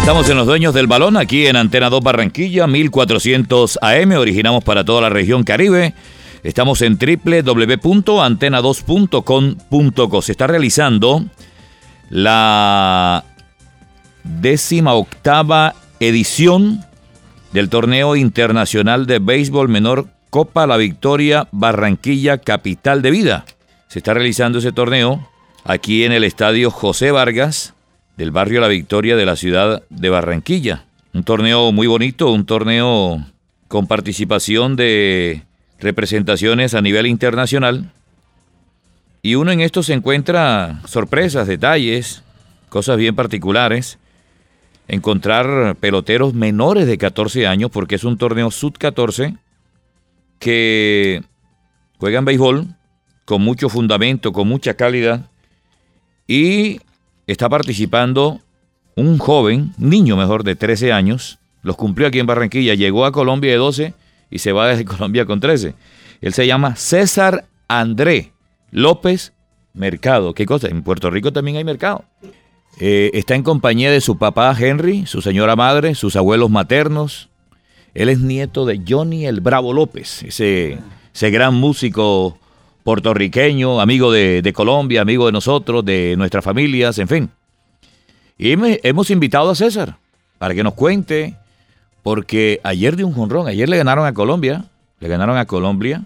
Estamos en los dueños del balón, aquí en Antena 2 Barranquilla, 1400 AM, originamos para toda la región Caribe. Estamos en www.antena2.com.co. Se está realizando la décima octava edición del Torneo Internacional de Béisbol Menor Copa La Victoria Barranquilla Capital de Vida. Se está realizando ese torneo aquí en el Estadio José Vargas del barrio La Victoria de la ciudad de Barranquilla. Un torneo muy bonito, un torneo con participación de representaciones a nivel internacional. Y uno en esto se encuentra sorpresas, detalles, cosas bien particulares. Encontrar peloteros menores de 14 años, porque es un torneo sub-14 que juegan béisbol con mucho fundamento, con mucha calidad. Y está participando un joven, niño mejor, de 13 años, los cumplió aquí en Barranquilla, llegó a Colombia de 12 y se va desde Colombia con 13. Él se llama César André López Mercado. ¿Qué cosa? En Puerto Rico también hay mercado. Eh, está en compañía de su papá Henry, su señora madre, sus abuelos maternos. Él es nieto de Johnny el Bravo López, ese, ese gran músico puertorriqueño, amigo de, de, Colombia, amigo de nosotros, de nuestras familias, en fin. Y me, hemos invitado a César para que nos cuente, porque ayer dio un jonrón, ayer le ganaron a Colombia, le ganaron a Colombia.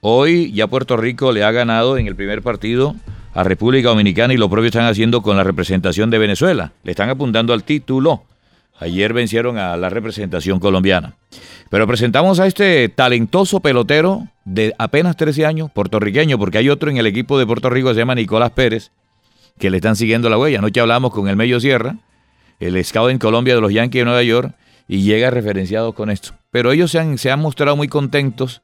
Hoy ya Puerto Rico le ha ganado en el primer partido a República Dominicana y lo propio están haciendo con la representación de Venezuela. Le están apuntando al título. Ayer vencieron a la representación colombiana. Pero presentamos a este talentoso pelotero de apenas 13 años, puertorriqueño, porque hay otro en el equipo de Puerto Rico que se llama Nicolás Pérez, que le están siguiendo la huella. Anoche hablamos con el Mello Sierra, el scout en Colombia de los Yankees de Nueva York, y llega referenciado con esto. Pero ellos se han, se han mostrado muy contentos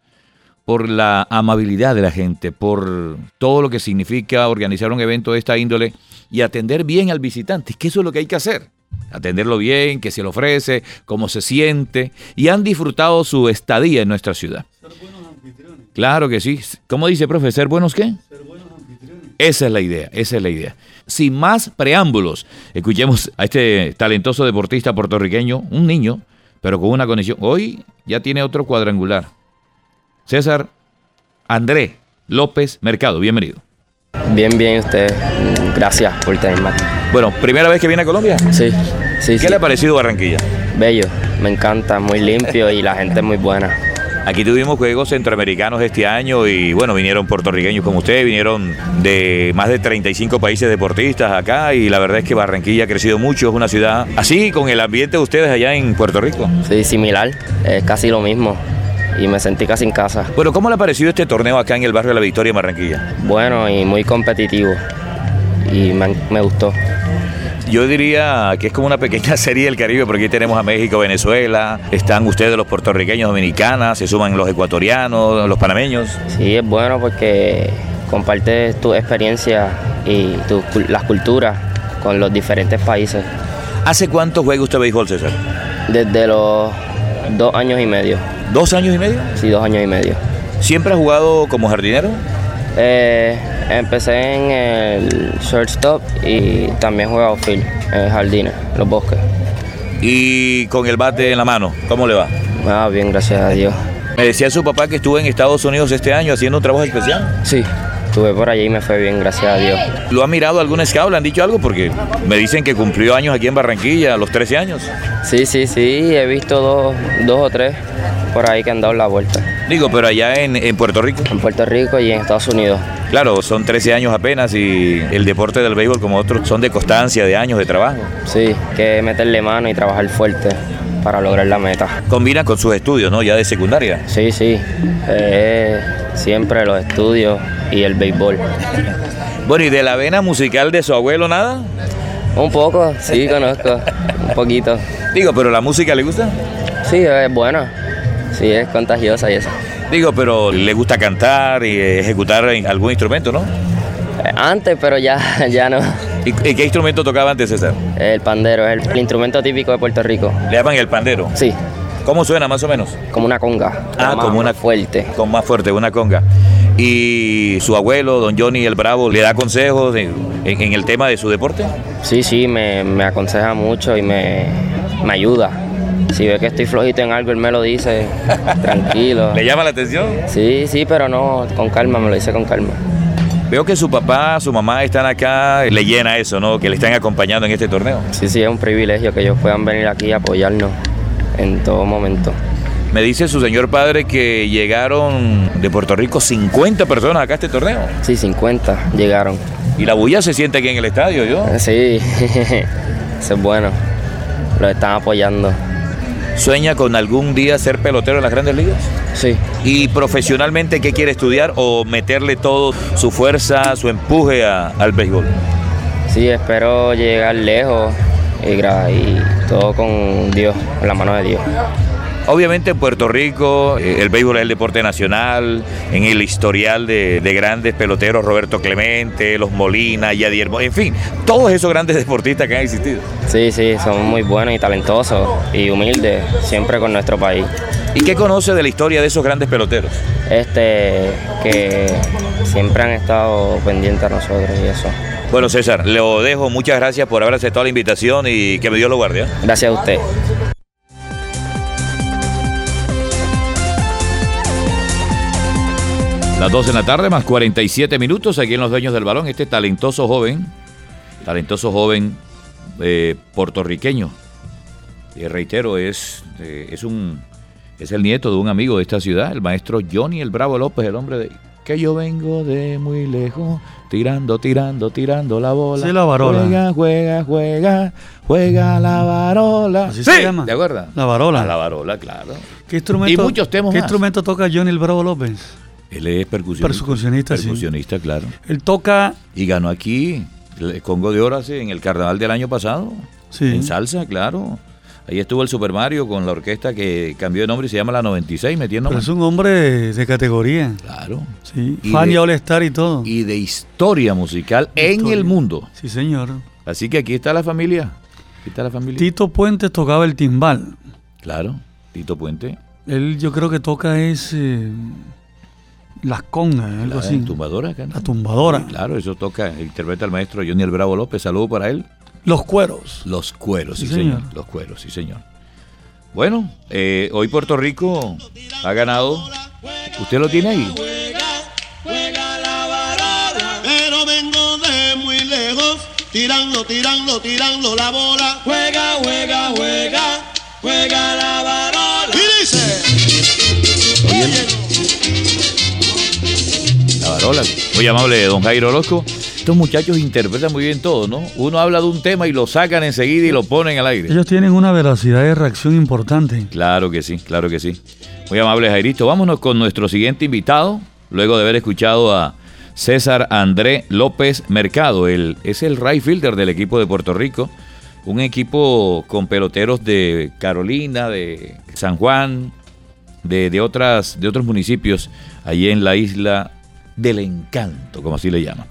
por la amabilidad de la gente, por todo lo que significa organizar un evento de esta índole y atender bien al visitante, que eso es lo que hay que hacer atenderlo bien, qué se le ofrece, cómo se siente, y han disfrutado su estadía en nuestra ciudad. Ser buenos anfitriones. Claro que sí. ¿Cómo dice, profe? ¿Ser buenos qué? Ser buenos anfitriones. Esa es la idea, esa es la idea. Sin más preámbulos, escuchemos a este talentoso deportista puertorriqueño, un niño, pero con una conexión. Hoy ya tiene otro cuadrangular. César André López Mercado, bienvenido. Bien, bien, usted. Gracias por tenerme aquí. Bueno, ¿primera vez que viene a Colombia? Sí, sí. ¿Qué sí. le ha parecido Barranquilla? Bello, me encanta, muy limpio y la gente es muy buena. Aquí tuvimos juegos centroamericanos este año y bueno, vinieron puertorriqueños como usted, vinieron de más de 35 países deportistas acá y la verdad es que Barranquilla ha crecido mucho, es una ciudad así con el ambiente de ustedes allá en Puerto Rico. Sí, similar, es casi lo mismo y me sentí casi en casa. Bueno, ¿cómo le ha parecido este torneo acá en el barrio de la Victoria, en Barranquilla? Bueno, y muy competitivo. Y me, me, gustó. Yo diría que es como una pequeña serie del Caribe, porque aquí tenemos a México, Venezuela, están ustedes los puertorriqueños, dominicanas, se suman los ecuatorianos, los panameños. Sí, es bueno porque compartes tu experiencia y tu, las culturas con los diferentes países. ¿Hace cuánto juega usted béisbol, César? Desde los dos años y medio. ¿Dos años y medio? Sí, dos años y medio. ¿Siempre has jugado como jardinero? Eh, empecé en el shortstop y también jugaba outfield, en jardines, los bosques. ¿Y con el bate en la mano? ¿Cómo le va? Ah, bien, gracias a Dios. Me decía su papá que estuvo en Estados Unidos este año haciendo un trabajo especial. Sí, estuve por allí y me fue bien, gracias a Dios. ¿Lo ha mirado algún scout? ¿Le han dicho algo? Porque me dicen que cumplió años aquí en Barranquilla, a los 13 años. Sí, sí, sí, he visto dos, dos o tres por ahí que han dado la vuelta. Digo, pero allá en, en, Puerto Rico. En Puerto Rico y en Estados Unidos. Claro, son 13 años apenas y el deporte del béisbol como otros son de constancia, de años de trabajo. Sí, que meterle mano y trabajar fuerte para lograr la meta. Combina con sus estudios, ¿no? Ya de secundaria. Sí, sí. Eh, siempre los estudios y el béisbol. Bueno, ¿y de la vena musical de su abuelo nada? Un poco, sí, conozco. un poquito. Digo, ¿pero la música le gusta? Sí, es buena. Sí, es contagiosa y eso. Digo, pero le gusta cantar y ejecutar algún instrumento, ¿no? Antes, pero ya, ya no. ¿Y, qué instrumento tocaba antes, César? El pandero, es el, el, instrumento típico de Puerto Rico. ¿Le llaman el pandero? Sí. ¿Cómo suena, más o menos? Como una conga. Ah, más, como una más fuerte. Con más fuerte, una conga. y su abuelo, don Johnny el Bravo, le da consejos en, en- en el tema de su deporte. Sí, sí, me, me aconseja mucho y me, me ayuda. Si ve que estoy flojito en algo, él me lo dice, tranquilo. ¿Le llama la atención? Sí, sí, pero no, con calma, me lo dice con calma. Veo que su papá, su mamá están acá, le llena eso, ¿no? Que le están acompañando en este torneo. Sí, sí, es un privilegio que ellos puedan venir aquí a apoyarnos en todo momento. Me dice su señor padre que llegaron de Puerto Rico 50 personas acá a este torneo. Sí, 50 llegaron. Y la bulla se siente aquí en el estadio, yo. Sí, eso es bueno. Los están apoyando. ¿Sueña con algún día ser pelotero en las grandes ligas? Sí, ¿Y profesionalmente qué quiere estudiar o meterle todo su fuerza, su empuje a- al béisbol? sí, espero llegar lejos y, gra- y todo con Dios, con la mano de Dios. Obviamente en Puerto Rico eh, el béisbol es el deporte nacional, en el historial de, de grandes peloteros, Roberto Clemente, Los Molina, Yadier, Mo- en fin, todos esos grandes deportistas que han existido. Sí, sí, somos muy buenos y talentosos y humildes, siempre con nuestro país. ¿Y qué conoce de la historia de esos grandes peloteros? Este, que siempre han estado pendientes a nosotros y eso. Bueno César, le dejo, muchas gracias por haber aceptado la invitación y que me dio lo ¿eh? guardia. Gracias a usted. Las 12 de la tarde, más 47 minutos, aquí en Los Dueños del Balón, este talentoso joven, talentoso joven eh, puertorriqueño. Eh, reitero, es, eh, es, un, es el nieto de un amigo de esta ciudad, el maestro Johnny el Bravo López, el hombre de... Que yo vengo de muy lejos, tirando, tirando, tirando la bola. Sí, la varola. Juega, juega, juega, juega la varola. Así se llama. ¿Te acuerdas? La A varola. la varola, claro. ¿Qué instrumento, Y muchos temas ¿Qué más. instrumento toca Johnny el Bravo López? Él es percusionista. Percusionista, sí. Percusionista, claro. Él toca. Y ganó aquí el Congo de Oro hace- en el carnaval del año pasado. Sí. En salsa, claro. Ahí estuvo el Super Mario con la orquesta que cambió de nombre y se llama la 96, metiendo Pero mano. es un hombre de categoría. Claro. Sí. Y Fania de- All Star y todo. Y de historia musical en Historia. el mundo. Sí, señor. Así que aquí está la familia. Aquí está la familia. Tito Puentes tocaba el timbal. Claro. Tito Puente. Él yo creo que toca es eh, las congas, algo la así. tumbadora acá, ¿no? La tumbadora. Sí, Claro, eso toca, interpreta el maestro Johnny el Bravo López. Saludo para él. Los cueros. Los cueros, sí, Sí, señor. señor. Los cueros, sí, señor. Bueno, eh, hoy Puerto Rico ha ganado. ¿Usted lo tiene ahí? Pero vengo de muy lejos, tirando, tirando, tirando la bola. Juega, juega, juega, juega la varola. Y dice, La varola. Muy amable, don Jairo Orozco. Estos muchachos interpretan muy bien todo, ¿no? Uno habla de un tema y lo sacan enseguida y lo ponen al aire. Ellos tienen una veracidad de reacción importante. Claro que sí, claro que sí. Muy amable, Jairito. Vámonos con nuestro siguiente invitado, luego de haber escuchado a César André López Mercado. Él es el right fielder del equipo de Puerto Rico, un equipo con peloteros de Carolina, de San Juan, de, de otras, de otros municipios, allí en la isla del encanto, como así le llaman.